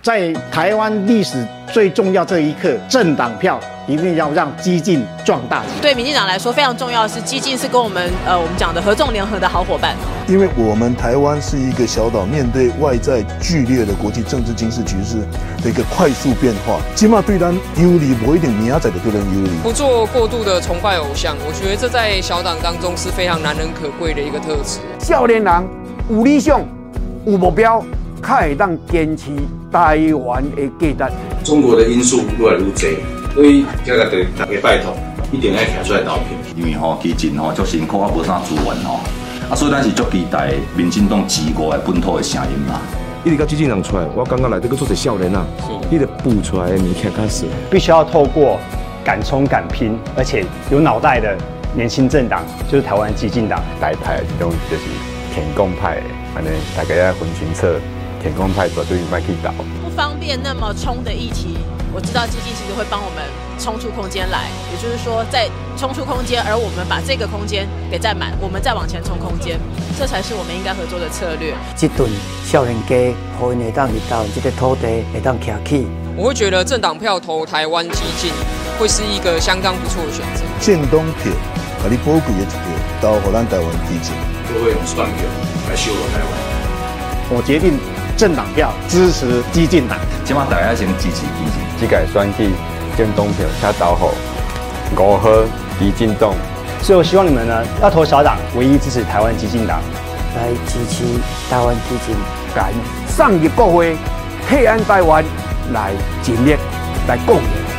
在台湾历史最重要这一刻，政党票一定要让激进壮大。对民进党来说非常重要的是，激进是跟我们呃我们讲的合纵联合的好伙伴。因为我们台湾是一个小岛，面对外在剧烈的国际政治军事局势的一个快速变化，起码对咱有利，不一定明仔载就对咱有利。不做过度的崇拜偶像，我觉得这在小党当中是非常难能可贵的一个特质。少年人有理想、有目标，较会当坚持台湾的价值。中国的因素越来越多，所以这个得大家拜托，一定要站出来投票。因为吼基进吼足辛苦，啊无啥资源吼，啊所以咱是足期待民进党治国的本土的声音啦。一直到激进人出来，我感觉内底佫做些少年啊，你得补出来的物件较实。必须要透过敢冲敢拼，而且有脑袋的年轻政党，就是台湾激进党。台派种就是田共派，反正大家要分清楚，田共派绝对卖去倒。不方便那么冲的议题，我知道激进其实会帮我们冲出空间来，也就是说，在冲出空间，而我们把这个空间给占满，我们再往前冲空间，这才是我们应该合作的策略。这顿少年家，互因会当去到这个土地会当徛起。我会觉得政党票投台湾激进，会是一个相当不错的选择。建东铁，啊，你宝贵的一票，到荷咱台湾基金，都会用算票来修罗台湾。我决定政党票支持激进党。即马大家先支持基进。即个选举建东票车走好，五好基进党，所以我希望你们呢要投小党，唯一支持台湾激进党。来支持台湾基金。敢送入国会，替咱台湾来尽力来贡献。